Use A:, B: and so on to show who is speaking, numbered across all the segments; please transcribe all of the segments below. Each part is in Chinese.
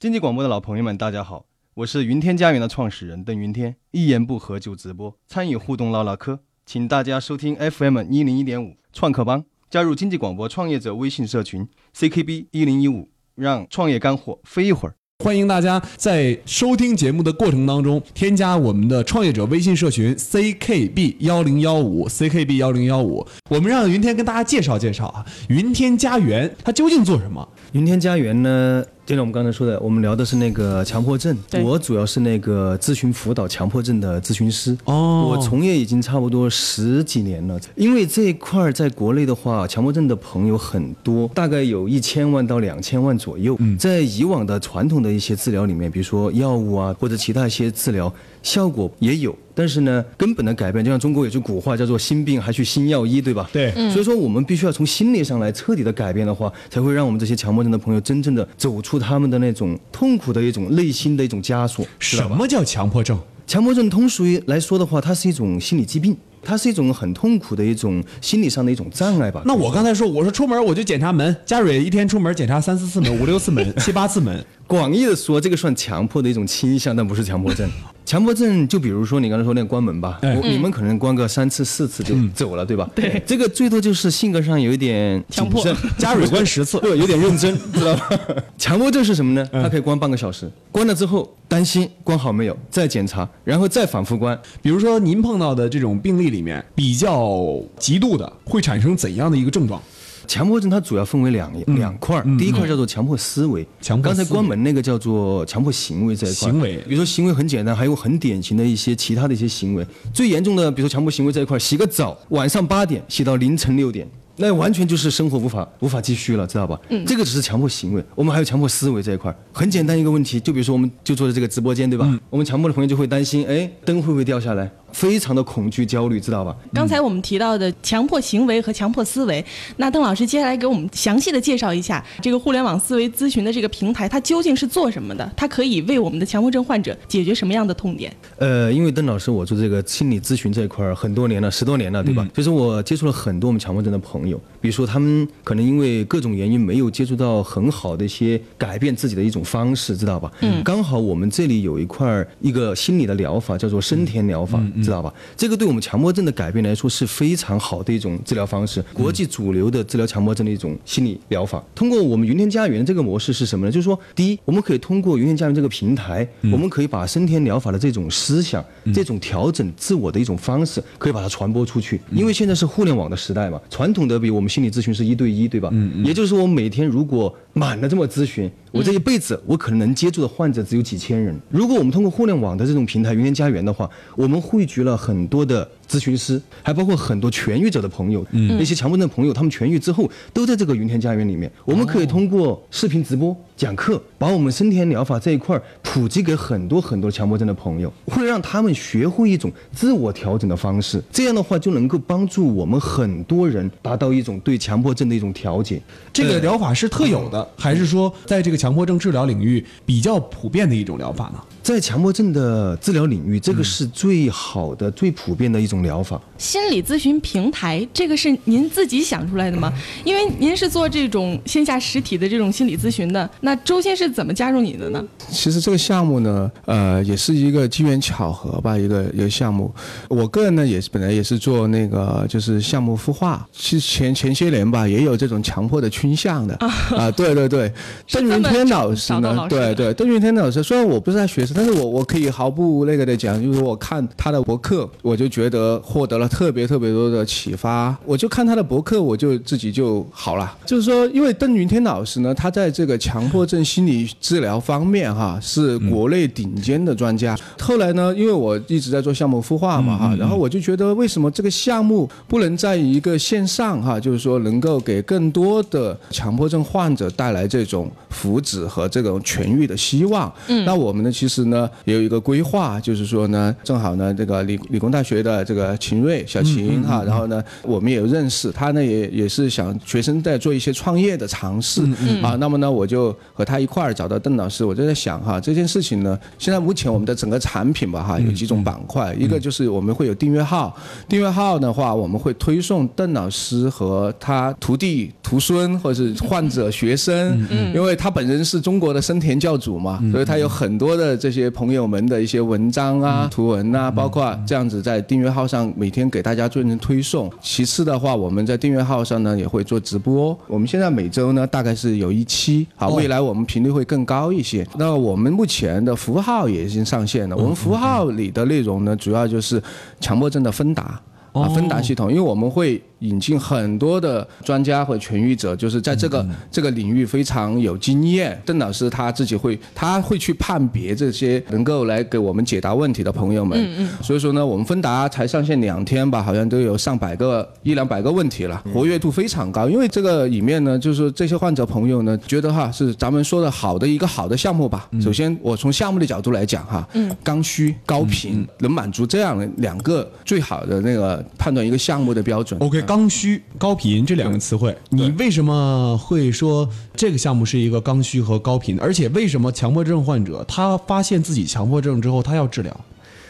A: 经济广播的老朋友们，大家好，我是云天家园的创始人邓云天，一言不合就直播，参与互动唠唠嗑，请大家收听 FM 一零一点五创客帮，加入经济广播创业者微信社群 CKB 一零一五，让创业干货飞一会儿。
B: 欢迎大家在收听节目的过程当中，添加我们的创业者微信社群 CKB 幺零幺五 CKB 幺零幺五，我们让云天跟大家介绍介绍啊，云天家园它究竟做什么？
A: 云天家园呢，就像我们刚才说的，我们聊的是那个强迫症，
C: 对
A: 我主要是那个咨询辅导强迫症的咨询师。
B: 哦
A: 我从业已经差不多十几年了，因为这一块儿在国内的话，强迫症的朋友很多，大概有一千万到两千万左右。
B: 嗯
A: 在以往的传统的一些治疗里面，比如说药物啊，或者其他一些治疗，效果也有。但是呢，根本的改变，就像中国有句古话叫做“心病还需心药医”，对吧？
B: 对
A: 所以说，我们必须要从心理上来彻底的改变的话，才会让我们这些强迫症的朋友真正的走出他们的那种痛苦的一种内心的一种枷锁。
B: 什么叫强迫
C: 啊
B: 症？
A: 强迫症通俗于来说的话，它是一种心理疾病，它是一种很痛苦的一种心理上的一种障碍吧。
B: 那我刚才说，我说出门我就检查门，佳蕊一天出门检查三四次 门、五六次门、七八次门，
A: 广义的说，这个算强迫的一种倾向，但不是强迫症。强迫症就比如说你刚才说那个关门吧，
B: 哎
A: 我你们可能关个三次四次就走了，对吧？对，这个最多就是性格上有一点谨
C: 强迫
A: 慎，
B: 佳蕊关十 次，
A: 对，有点认真， 知道嗯吧？强迫症是什么呢？它可以关半个小时，关了之后担心关好没有，再检查，然后再反复关。
B: 比如说您碰到的这种病例里面，比较极度的会产生怎样的一个症状？
A: 强迫症它主要分为两两块儿，第一块儿叫做强迫思维，
B: 嗯强迫
A: 刚
B: 思维
A: 才关门那个叫做强迫行为这一块儿，
B: 行为
A: 比如说行为很简单，还有很典型的一些其他的一些行为，最严重的比如说强迫行为这一块儿，洗个澡，晚上八点洗到凌晨六点。那完全就是生活无法无法继续了，知道吧？嗯，这个只是强迫行为，我们还有强迫思维这一块儿。很简单一个问题，就比如说我们就坐在这个直播间，对吧？
B: 嗯
A: 我们强迫的朋友就会担心，哎，灯会不会掉下来？非常的恐惧焦虑，知道吧？
C: 刚才我们提到的强迫行为和强迫思维，那邓老师接下来给我们详细的介绍一下这个互联网思维咨询的这个平台，它究竟是做什么的？它可以为我们的强迫症患者解决什么样的痛点？
A: 呃，因为邓老师，我做这个心理咨询这一块儿很多年了，十多年了，对吧？所以说我接触了很多我们强迫症的朋友，比如说他们可能因为各种原因没有接触到很好的一些改变自己的一种方式，知道吧？嗯，刚好我们这里有一块儿一个心理的疗法，叫做生田疗法，知道吧？这个对我们强迫症的改变来说是非常好的一种治疗方式，国际主流的治疗强迫症的一种心理疗法。通过我们云天家园这个模式是什么呢？就是说，第一，我们可以通过云天家园这个平台，我们可以把生田疗法的这种思想、这种调整自我的一种方式，可以把它传播出去。因为现在是互联网的时代嘛，传统的比如我们心理咨询是一对一，对吧？也就是说，我每天如果满了这么咨询，我这一辈子我可能能接触的患者只有几千人。如果我们通过互联网的这种平台云天家园的话，我们汇聚了很多的咨询师，还包括很多痊愈者的朋友，嗯那些强迫症的朋友，他们痊愈之后都在这个云天家园里面。我们可以通过视频直播、讲课，把我们森田疗法这一块儿普及给很多很多强迫症的朋友，会让他们学会一种自我调整的方式。这样的话，就能够帮助我们很多人达到一种对强迫症的一种调节。
B: 这个疗法是特有的，还是说在这个强迫症治疗领域比较普遍的一种疗法呢？
A: 在强迫症的治疗领域，这个是最好的、最普遍的一种疗法。
C: 心理咨询平台这个是您自己想出来的吗？因为您是做这种线下实体的这种心理咨询的，那周先是怎么加入你的呢？
D: 其实这个项目呢，呃，也是一个机缘巧合吧，一个一个项目。我个人呢，也是本来也是做那个就是项目孵化，其实前前些年吧，也有这种强迫的倾向的啊、对对对。
C: 哦是
D: 邓
C: 这
D: 云
C: 么
D: 天老师
C: 找到
D: 呢，
C: 老师的
D: 对对，邓云天老师，虽然我不是他学生，但是我我可以毫不那个的讲，就是我看他的博客，我就觉得获得了特别特别多的启发。我就看他的博客，我就自己就好了。就是说，因为邓云天老师呢，他在这个强迫症心理治疗方面哈，是国内顶尖的专家。后来呢，因为我一直在做项目孵化嘛
C: 嗯
D: 哈，然后我就觉得为什么这个项目不能在一个线上哈，就是说能够给更多的强迫症患者带来这种福祉和这种痊愈的希望。嗯，那我们呢，其实呢也有一个规划，就是说呢，正好呢，这个理理工大学的这个个秦瑞小秦哈，然后呢，我们也认识，他呢也也是想学生在做一些创业的尝试啊，那么呢，我就和他一块儿找到邓老师，我就在想哈，这件事情呢，现在目前我们的整个产品吧哈，有几种板块，一个就是我们会有订阅号，订阅号的话，我们会推送邓老师和他徒弟、徒孙或者是患者、学生，因为他本人是中国的生田教主嘛，所以他有很多的这些朋友们的一些文章啊、图文啊，包括这样子在订阅号上每天给大家做一些推送。其次的话，我们在订阅号上呢也会做直播，哦我们现在每周呢大概是有一期，好，未来我们频率会更高一些。那我们目前的服务号也已经上线了，我们服务号里的内容呢主要就是强迫症的芬达。啊，芬达系统，因为我们会引进很多的专家或痊愈者，就是在这个、这个领域非常有经验。邓老师他自己会，他会去判别这些能够来给我们解答问题的朋友们。嗯嗯。所以说呢，我们芬达才上线两天吧，好像都有上百个、一两百个问题了，活跃度非常高。因为这个里面呢，就是这些患者朋友呢，觉得哈是咱们说的好的一个好的项目吧。首先，我从项目的角度来讲哈，刚需高频能满足这样两个最好的那个判断一个项目的标准。
B: OK，刚需、高频这两个词汇，你为什么会说这个项目是一个刚需和高频？而且为什么强迫症患者他发现自己强迫症之后，他要治疗？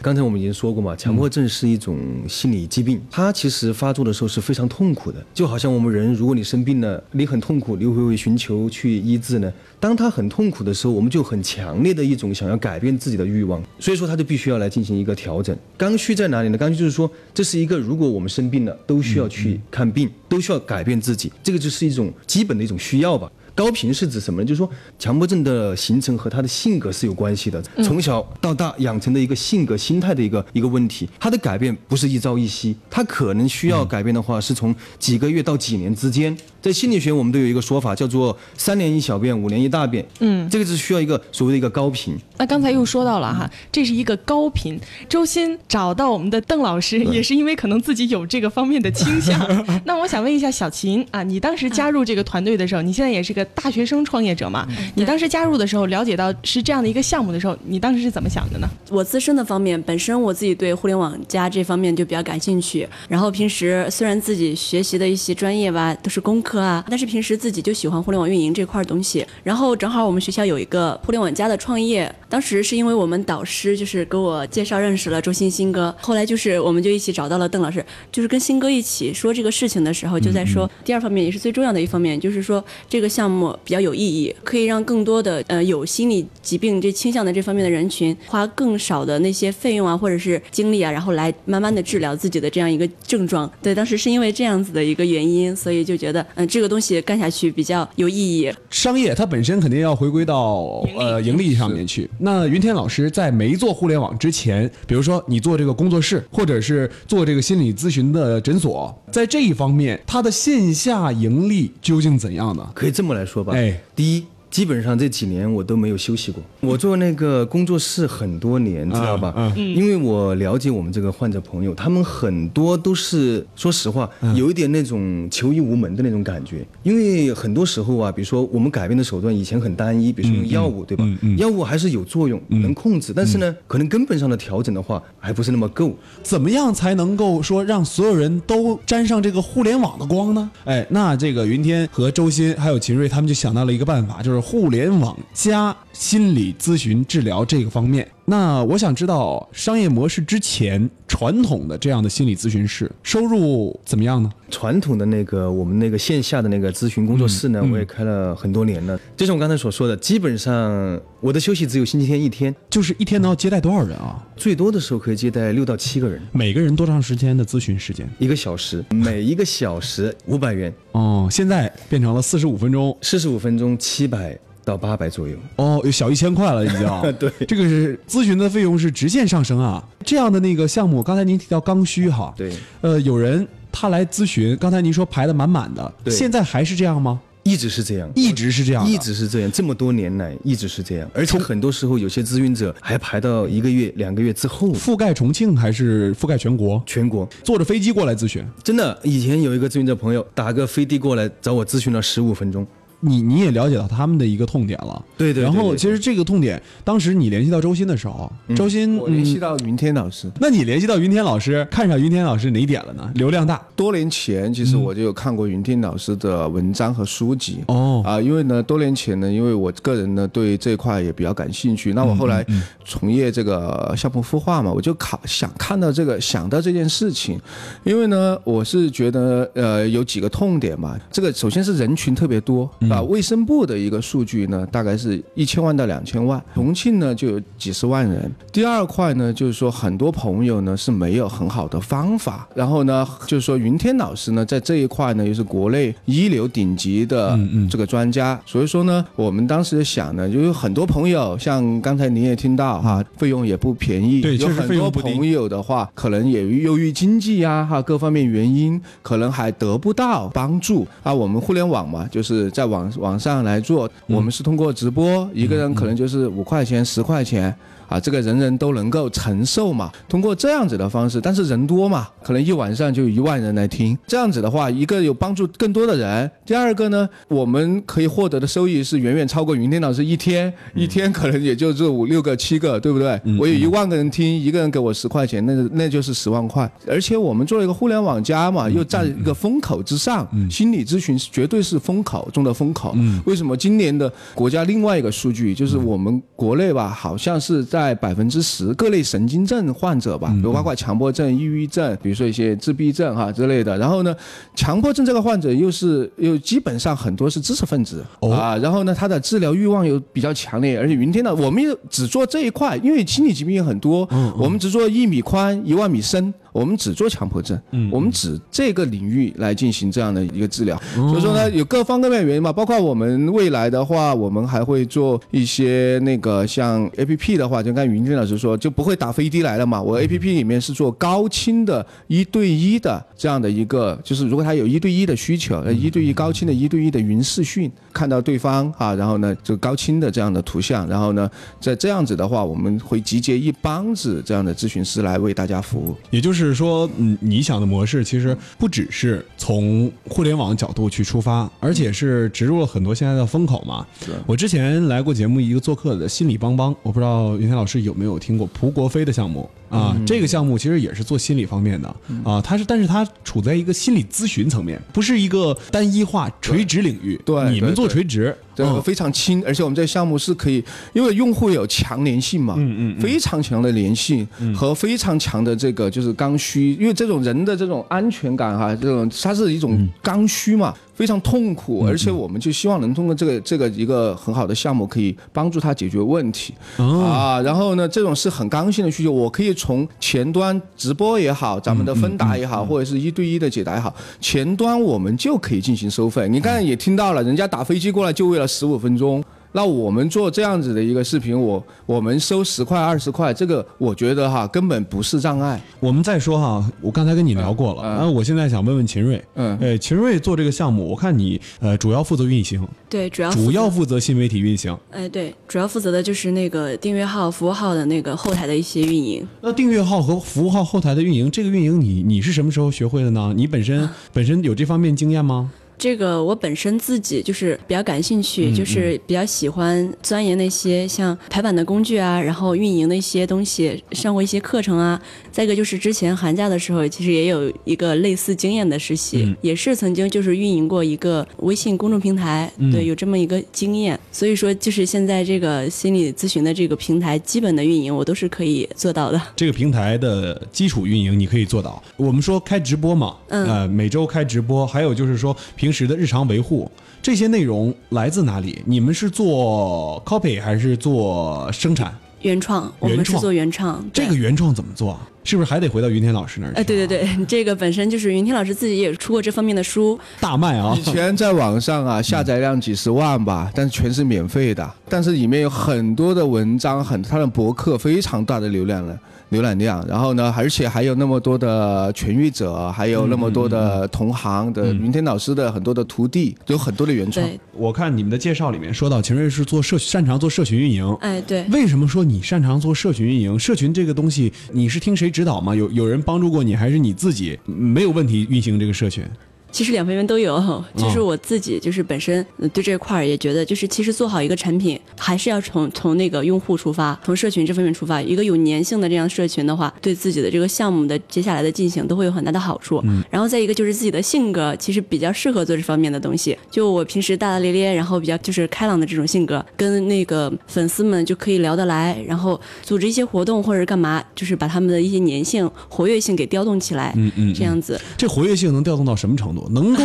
A: 刚才我们已经说过嘛，强迫症是一种心理疾病，它其实发作的时候是非常痛苦的，就好像我们人，如果你生病了，你很痛苦，你会不会寻求去医治呢？当他很痛苦的时候，我们就很强烈的一种想要改变自己的欲望，所以说他就必须要来进行一个调整。刚需在哪里呢？刚需就是说，这是一个如果我们生病了，都需要去看病，都需要改变自己，这个就是一种基本的一种需要吧。高频是指什么呢？就是说，强迫症的形成和他的性格是有关系的，从小到大养成的一个性格、心态的一个一个问题。他的改变不是一朝一夕，他可能需要改变的话，是从几个月到几年之间。在心理学，我们都有一个说法，叫做“三年一小变，五年一大变”。嗯，这个是需要一个所谓的一个高频。
C: 那刚才又说到了哈，这是一个高频。周鑫找到我们的邓老师，也是因为可能自己有这个方面的倾向。那我想问一下小琴啊，你当时加入这个团队的时候，你现在也是个大学生创业者嘛？你当时加入的时候，了解到是这样的一个项目的时候，你当时是怎么想的呢？
E: 我自身的方面，本身我自己对互联网加这方面就比较感兴趣。然后平时虽然自己学习的一些专业吧都是工科啊，但是平时自己就喜欢互联网运营这块儿东西。然后正好我们学校有一个互联网加的创业，当时是因为我们导师就是给我介绍认识了周欣欣哥，后来就是我们就一起找到了邓老师，就是跟新哥一起说这个事情的时候，就在说第二方面也是最重要的一方面，就是说这个项目比较有意义，可以让更多的呃有心理疾病这倾向的这方面的人群花更少的那些费用啊，或者是精力啊，然后来慢慢的治疗自己的这样一个症状。对，当时是因为这样子的一个原因，所以就觉得嗯、这个东西干下去比较有意义。
B: 商业它本身肯定要回归到呃盈利上面去。那云天老师在没做互联网之前，比如说你做这个工作室，或者是做这个心理咨询的诊所，在这一方面，它的线下盈利究竟怎样呢？
A: 啊可以这么来说吧。
B: 哎
A: 第一，基本上这几年我都没有休息过。我做那个工作室很多年，知道吧？
B: 嗯
A: 因为我了解我们这个患者朋友，他们很多都是说实话，有一点那种求医无门的那种感觉。因为很多时候啊，比如说我们改变的手段以前很单一，比如说用药物，对吧？药物还是有作用，能控制，但是呢，可能根本上的调整的话，还不是那么够。
B: 怎么样才能够说让所有人都沾上这个互联网的光呢？哎，那这个云天和周鑫还有秦瑞他们就想到了一个办法，就是互联网加心理咨询治疗这个方面。那我想知道商业模式之前传统的这样的心理咨询室收入怎么样呢？
A: 传统的那个我们那个线下的那个咨询工作室呢，我也开了很多年了。就像我刚才所说的，基本上我的休息只有星期天一天，
B: 就是一天能要接待多少人啊？
A: 最多的时候可以接待六到七个人，
B: 每个人多长时间的咨询时间？
A: 一个小时，每一个小时五百元，
B: 哦，现在变成了四十五分钟，
A: 四十五分钟七百到八百左右。
B: 哦，有小一千块了已经。
A: 对
B: 这个是咨询的费用是直线上升啊。这样的那个项目，刚才您提到刚需哈，
A: 对，
B: 呃，有人他来咨询，刚才您说排的满满的，
A: 对
B: 现在还是这样吗？
A: 一直是这样，
B: 一直是这样的，
A: 一直是这样，这么多年来一直是这样，而且很多时候有些咨询者还排到一个月、两个月之后，
B: 覆盖重庆还是覆盖全国？
A: 全国。
B: 坐着飞机过来咨询，
A: 真的，以前有一个咨询者朋友打个飞的过来找我咨询了十五分钟，
B: 你你也了解到他们的一个痛点了。
A: 对对对
B: 然后
A: 对
B: 其实这个痛点，当时你联系到周鑫的时候，周鑫，
D: 我联系
B: 嗯
D: 到云天老师。
B: 那你联系到云天老师，看上云天老师哪一点了呢？流量大
D: 多年前，其实我就有看过云天老师的文章和书籍。
B: 哦
D: 啊、因为呢，多年前呢，因为我个人呢对这一块也比较感兴趣，那我后来从业这个相扑孵化嘛，我就考想看到这个想到这件事情，因为呢，我是觉得呃有几个痛点嘛，这个首先是人群特别多啊、卫生部的一个数据呢，大概是一千万到两千万，重庆呢就有几十万人。第二块呢，就是说很多朋友呢是没有很好的方法，然后呢，就是说云天老师呢在这一块呢又是国内一流顶级的这个专家，所以说呢，我们当时想呢，就有很多朋友，像刚才您也听到哈，费用也不便宜，
B: 对确
D: 有
B: 实
D: 很
B: 费用
D: 多
B: 不低
D: 朋友的话，可能也由于经济呀、哈各方面原因，可能还得不到帮助啊。我们互联网嘛，就是在网网上来做，我们是通过直播，一个人可能就是五块钱、十块钱。啊，这个人人都能够承受嘛，通过这样子的方式，但是人多嘛，可能一晚上就有一万人来听，这样子的话，一个有帮助更多的人，第二个呢，我们可以获得的收益是远远超过云天老师一天、一天可能也就是五六个、七个，对不对？我有一万个人听，一个人给我十块钱，那那就是十万块，而且我们作为一个互联网加嘛，又在一个风口之上，心理咨询是绝对是风口中的风口。为什么今年的国家另外一个数据就是我们国内吧，好像是在百分之十各类神经症患者吧，比如包括强迫症、抑郁症，比如说一些自闭症哈之类的。然后呢，强迫症这个患者又是又基本上很多是知识分子、
B: 哦
D: 啊，然后呢，他的治疗欲望又比较强烈，而且云天呢，我们又只做这一块，因为心理疾病也很多，我们只做一米宽、一万米深。我们只做强迫症，我们只这个领域来进行这样的一个治疗，所以说呢，有各方各面的原因嘛，包括我们未来的话，我们还会做一些那个像 A P P 的话，就刚才云军老师说，就不会打飞的来了嘛。我 A P P 里面是做高清的一对一的这样的一个，就是如果他有一对一的需求，呃，一对一高清的一对一的云视讯，看到对方啊，然后呢就高清的这样的图像，然后呢，在这样子的话，我们会集结一帮子这样的咨询师来为大家服务。
B: 也就是说，嗯，你想的模式其实不只是从互联网角度去出发，而且是植入了很多现在的风口嘛。我之前来过节目一个做客的心理帮帮，我不知道云天老师有没有听过蒲国飞的项目啊？
D: 嗯
B: 这个项目其实也是做心理方面的啊，它是，但是它处在一个心理咨询层面，不是一个单一化垂直领域。
D: 对对
B: 你们做
D: 对
B: 垂直，
D: 对，
B: 嗯
D: 非常轻，而且我们这个项目是可以，因为用户有强粘性嘛，嗯嗯，非常强的粘性和非常强的这个就是刚需，因为这种人的这种安全感哈、这种它是一种刚需嘛，非常痛苦，而且我们就希望能通过这个这个一个很好的项目，可以帮助他解决问题，啊，然后呢，这种是很刚性的需求，我可以从前端直播也好，咱们的分答也好，或者是一对一的解答也好，前端我们就可以进行收费。你刚才也听到了，人家打飞机过来就为了十五分钟。那我们做这样子的一个视频，我我们收十块二十块，这个我觉得哈根本不是障碍。
B: 我们再说哈，我刚才跟你聊过了，
D: 嗯嗯
B: 然后我现在想问问秦瑞，
D: 嗯
B: 呃，秦瑞做这个项目，我看你呃主要负责运行，
E: 对，主要负
B: 主
E: 责
B: 要负责新媒体运行。
E: 哎，对，主要负责的就是那个订阅号、服务号的那个后台的一些运营。
B: 那订阅号和服务号后台的运营，这个运营你你是什么时候学会的呢？你本 身本身有这方面经验吗？
E: 这个我本身自己就是比较感兴
B: 嗯
E: 趣，就是比较喜欢钻研那些像排版的工具啊，然后运营的一些东西，上过一些课程啊。再一个就是之前寒假的时候，其实也有一个类似经验的实习，
B: 嗯
E: 也是曾经就是运营过一个微信公众平台，
B: 嗯
E: 对，有这么一个经验。所以说，就是现在这个心理咨询的这个平台，基本的运营我都是可以做到的。
B: 这个平台的基础运营你可以做到。我们说开直播嘛，
E: 嗯
B: 呃，每周开直播，还有就是说平时的日常维护，这些内容来自哪里？你们是做 copy 还是做生产？
E: 原创，我们
B: 原
E: 是
B: 创
E: 做原创，
B: 这个
E: 对。
B: 原创怎么做啊？是不是还得回到于天老师那儿去？啊
E: 哎，对对，对，这个本身就是云天老师自己也出过这方面的书，
B: 大卖啊
D: 以！前在网上啊，下载量几十万吧，但是全是免费的，但是里面有很多的文章，很他的博客非常大的流量了。浏览量，然后呢，而且还有那么多的痊愈者，还有那么多
B: 嗯
D: 的同行的云天老师的很多的徒弟，有很多的原创。
E: 对，
B: 我看你们的介绍里面说到，秦瑞是做社擅长做社群运营。
E: 哎，对，
B: 为什么说你擅长做社群运营？社群这个东西，你是听谁指导吗？有有人帮助过你，还是你自己没有问题运行这个社群？
E: 其实两方面都
B: 嗯
E: 有，就是我自己就是本身呃对这块儿也觉得，就是其实做好一个产品，还是要从从那个用户出发，从社群这方面出发。一个有粘性的这样社群的话，对自己的这个项目的接下来的进行都会有很大的好处。
B: 嗯
E: 然后再一个就是自己的性格，其实比较适合做这方面的东西。就我平时大大咧咧，然后比较就是开朗的这种性格，跟那个粉丝们就可以聊得来，然后组织一些活动或者干嘛，就是把他们的一些粘性、活跃性给调动起来，
B: 嗯嗯嗯
E: 这样子。
B: 这活跃性能调动到什么程度？能够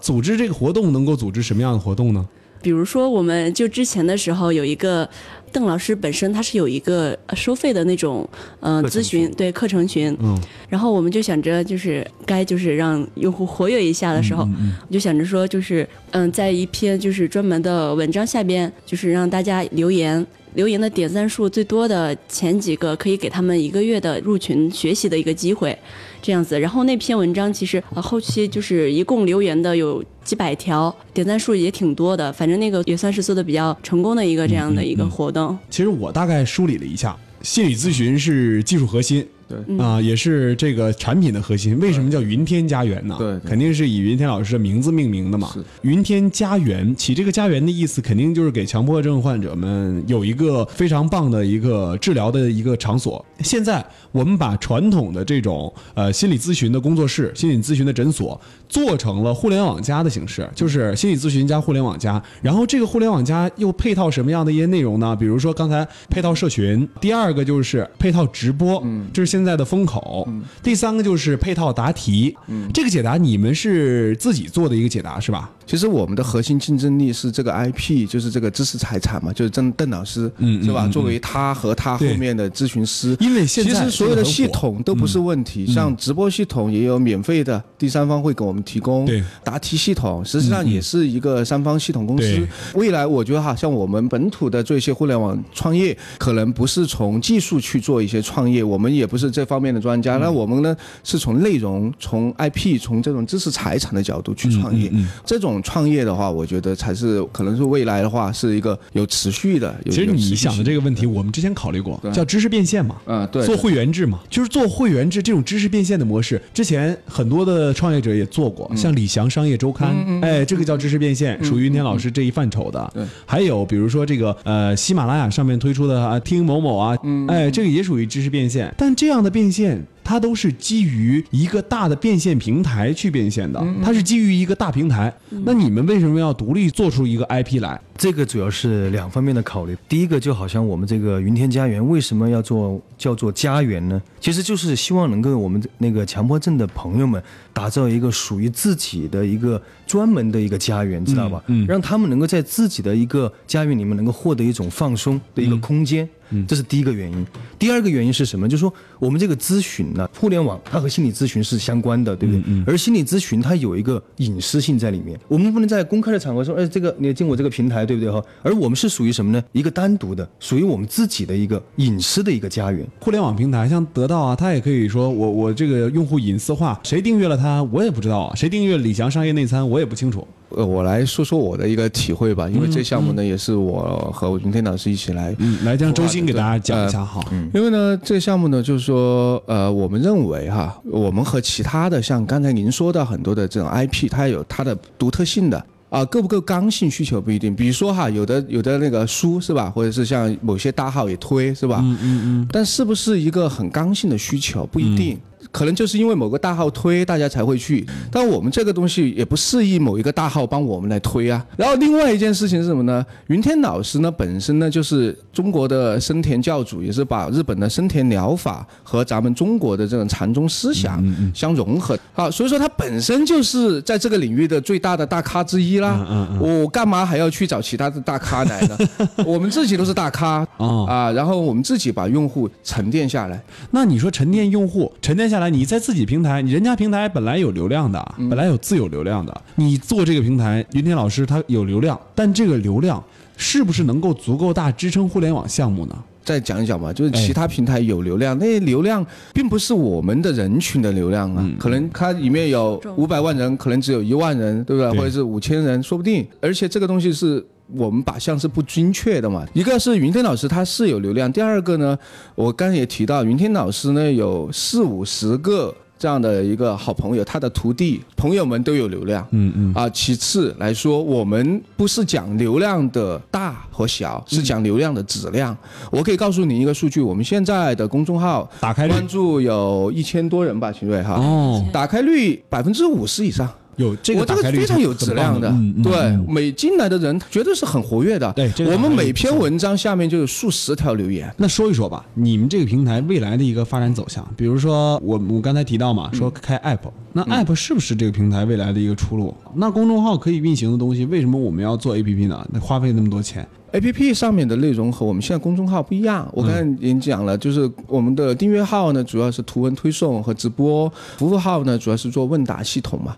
B: 组织这个活动，能够组织什么样的活动呢？
E: 比如说，我们就之前的时候有一个邓老师本身他是有一个呃收费的那种呃
A: 课程
E: 咨询，对课程群，
B: 嗯，
E: 然后我们就想着就是该就是让用户活跃一下的时候，我就想着说就是嗯，在一篇就是专门的文章下边，就是让大家留言。留言的点赞数最多的前几个，可以给他们一个月的入群学习的一个机会，这样子。然后那篇文章其实呃后期就是一共留言的有几百条，点赞数也挺多的，反正那个也算是做的比较成功的一个这样的一个活动。
B: 其实我大概梳理了一下，心理咨询是技术核心。
D: 对
B: 啊、也是这个产品的核心。为什么叫云天家园呢？
D: 对对
B: 肯定是以云天老师的名字命名的嘛
D: 是。
B: 云天家园，起这个家园的意思，肯定就是给强迫症患者们有一个非常棒的一个治疗的一个场所。现在我们把传统的这种呃心理咨询的工作室、心理咨询的诊所，做成了互联网加的形式，就是心理咨询加互联网加。然后这个互联网加又配套什么样的一些内容呢？比如说刚才配套社群，第二个就是配套直播， 这是现在的风口。第三个就是配套答题，这个解答你们是自己做的一个解答是吧？
D: 其实我们的核心竞争力是这个 IP，就是这个知识财产嘛，就是邓邓老师，
B: 嗯
D: 是吧？
B: 嗯嗯
D: 作为他和他后
B: 对
D: 面的咨询师，
B: 因为哎现在
D: 其实所有的
B: 真的很
D: 系
B: 火嗯
D: 统都不是问题，像直播系统也有免费的，第三方会给我们提供
B: 对嗯
D: 答题系统，实际上也是一个三方系统公司
B: 对。
D: 未来我觉得哈，像我们本土的做一些互联网创业，可能不是从技术去做一些创业，我们也不是这方面的专
B: 嗯
D: 家，那我们呢是从内容、从 IP、从这种知识财产的角度
B: 嗯
D: 去创业。这种创业的话，我觉得才是可能是未来的话是一个有持续的。有
B: 其实
D: 有持
B: 你
D: 续
B: 想的
D: 性
B: 这个问题，我们之前考虑过，
D: 对
B: 叫知识变现嘛。
D: 嗯，对，
B: 做会员制嘛，就是做会员制这种知识变现的模式，之前很多的创业者也做过，像李翔商业周刊，哎，这个叫知识变现，属于云天老师这一范畴的。
D: 对
B: 还有比如说这个呃喜马拉雅上面推出的啊听某某啊，哎，这个也属于知识变现，但这样的变现。它都是基于一个大的变现平台去变现的，它是基于一个大平台。那你们为什么要独立做出一个 IP 来？
A: 这个主要是两方面的考虑。第一个，就好像我们这个云天家园为什么要做叫做家园呢？其实就是希望能够我们那个强迫症的朋友们打造一个属于自己的一个专门的一个家园，知道吧？
B: 嗯
A: 让他们能够在自己的一个家园里面能够获得一种放松的
B: 嗯
A: 一个空间。这是第一个原因。第二个原因是什么？就是说我们这个咨询呢、互联网它和心理咨询是相关的，对不对？而心理咨询它有一个隐私性在里面，我们不能在公开的场合说，哎，这个你进我这个平台，对不对哈？而我们是属于什么呢？一个单独的，属于我们自己的一个隐私的一个家园。
B: 互联网平台，像得到啊，它也可以说我我这个用户隐私化，谁订阅了它，我也不知道啊，谁订阅李翔商业内参，我也不清楚。
D: 呃，我来说说我的一个体会吧，因为这项目呢、也是我和云天老师一起来。
B: 嗯，来让周鑫给大家讲一下哈。
D: 因为呢，这个项目呢，就是说，呃，我们认为哈，我们和其他的像刚才您说的很多的这种 IP，它有它的独特性的啊、够不够刚性需求不一定。比如说哈，有的有的那个书是吧，或者是像某些大号也推是吧，嗯嗯嗯，但是不是一个很刚性的需求不一定。可能就是因为某个大号推，大家才会去。但我们这个东西也不适宜某一个大号帮我们来推啊。然后另外一件事情是什么呢？云天老师呢本身呢就是中国的生田教主，也是把日本的生田疗法和咱们中国的这种禅宗思想相融合啊，所以说他本身就是在这个领域的最大的大咖之一啦。我干嘛还要去找其他的大咖来呢？我们自己都是大咖
B: 哦
D: 啊，然后我们自己把用户沉淀下来。
B: 那你说沉淀用户，沉淀下来，你在自己平台，人家平台本来有流量的，
D: 嗯
B: 本来有自有流量的，你做这个平台，云天老师他有流量，但这个流量是不是能够足够大支撑互联网项目呢？
D: 再讲一讲吧，就是其他平台有流量，那些流量并不是我们的人群的流量啊，可能它里面有五百万人，可能只有一万人，对不对？
B: 对
D: 或者是五千人，说不定。而且这个东西是我们靶向是不精确的嘛。一个是云天老师他是有流量，第二个呢，我刚才也提到云天老师呢有四五十个。这样的一个好朋友，他的徒弟朋友们都有流量，嗯嗯啊。其次来说，我们不是讲流量的大和小，
B: 嗯
D: 是讲流量的质量。我可以告诉你一个数据，我们现在的公众号
B: 打开率
D: 关注有一千多人吧，秦瑞哈，
B: 哦，
D: 打开率百分之五十以上。
B: 有这个
D: 我这
B: 打开
D: 个
B: 率
D: 非常有
B: 很
D: 质
B: 棒
D: 量的，
B: 嗯嗯
D: 对、
B: 嗯
D: 每进来的人绝对是很活跃的。
B: 对这个
D: 我
B: 打
D: 们
B: 开率
D: 每
B: 不
D: 篇
B: 错
D: 文章下面就有数十条留言。
B: 那说一说吧，你们这个平台未来的一个发展走向，比如说我我刚才提到嘛，说开 app，、那 app 是不是这个平台未来的一个出路？那公众号可以运行的东西，为什么我们要做 app 呢？那花费那么多钱，
D: A P P 上面的内容和我们现在公众号不一
B: 嗯
D: 样，我刚才已经讲了，就是我们的订阅号呢，主要是图文推送和直播；服务号呢，主要是做问答系统嘛。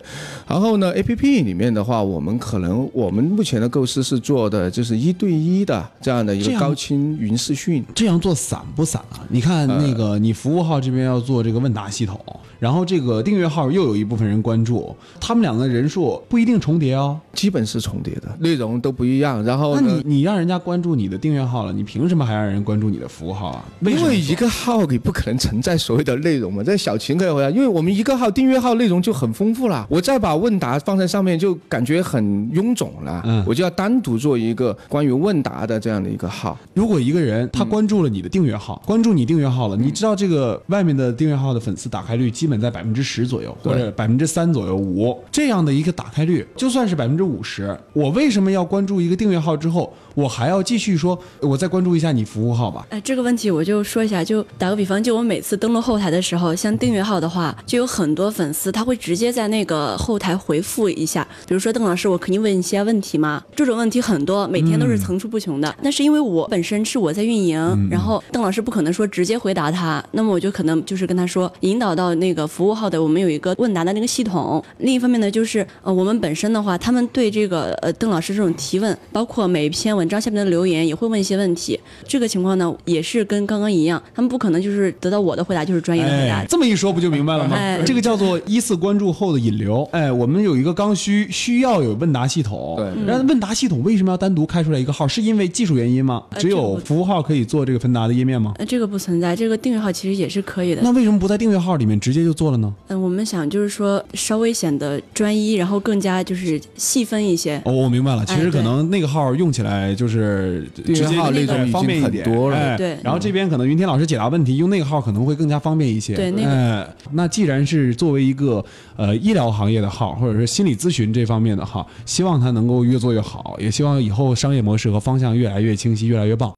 D: 然后呢，A P P 里面的话，我们可能我们目前的构思是做的就是一对一的这样的一
B: 这
D: 个
B: 样
D: 高清云视讯。
B: 这样做散不散啊？你看那个，你服务号这边要做这个问答系统，然后这个订阅号又有一部分人关注，他们两个人数不一定重叠哦。
D: 基本是重叠的，内容都不一样。然后
B: 那
D: 呢
B: 你，你让人家关注你的订阅号了，你凭什么还让人关注你的服务号啊？为什
D: 因
B: 么
D: 为一个号你不可能承载所有的内容嘛，这小秦可以回答，因为我们一个号订阅号内容就很丰富了，我再把问答放在上面就感觉很臃肿了，
B: 嗯
D: 我就要单独做一个关于问答的这样的一个号。
B: 如果一个人
E: 嗯
B: 他关注了你的订阅号，关注你订阅号了，你知道这个外面的订阅号的粉丝打开率基本在百分之十左右，或者百分之三左右五这样的一个打开率，就算是百分之五十，我为什么要关注一个订阅号之后，我还要继续说，我再关注一下你服务号吧？
E: 呃，这个问题我就说一下，就打个比方，就我每次登录后台的时候，像订阅号的话，就有很多粉丝他会直接在那个后台回复一下，比如说邓老师，我可以问一些问题吗？这种问题很多，每天都是层出不穷的。但是因为我本身是我在运营，然后邓老师不可能说直接回答他，那么我就可能就是跟他说，引导到那个服务号的，我们有一个问答的那个系统。另一方面呢，就是呃，我们本身的话，他们对这个呃邓老师这种提问，包括每一篇文章下面的留言，也会问一些问题。这个情况呢，也是跟刚刚一样，他们不可能就是得到我的回答就是专业的回答
B: 哎，。这么一说不就明白了吗？
E: 哎
B: 这个叫做依次关注后的引流。哎，我们有一个刚需，需要有问答系统。
D: 对嗯
B: 那问答系统为什么要单独开出来一个号？是因为技术原因吗？
E: 呃
B: 只
E: 这个
B: 有
E: 不
B: 服务号可以做这个分答的页面吗？
E: 呃，这个不存在，这个订阅号其实也是可以的。
B: 那为什么不在订阅号里面直接就做了呢？
E: 嗯，我们想就是说稍微显得专一，然后更加就是细分一些。
B: 哦，我明白了，其
E: 哎
B: 实可
E: 对
B: 能那个号用起来就是直
D: 订阅
B: 接
D: 号
B: 那
D: 那
B: 个
D: 种已
B: 方便
D: 经
B: 一
D: 很
B: 点
D: 多了
B: 哎
E: 对
B: 然后这边可能云天老师解答问题，用那个号可能会更加方便一些。
E: 对那个
B: 哎那既然是作为一个呃医疗行业的号，或者是心理咨询这方面的号，希望它能够越做越好，也希望以后商业模式和方向越来越清晰，越来越棒。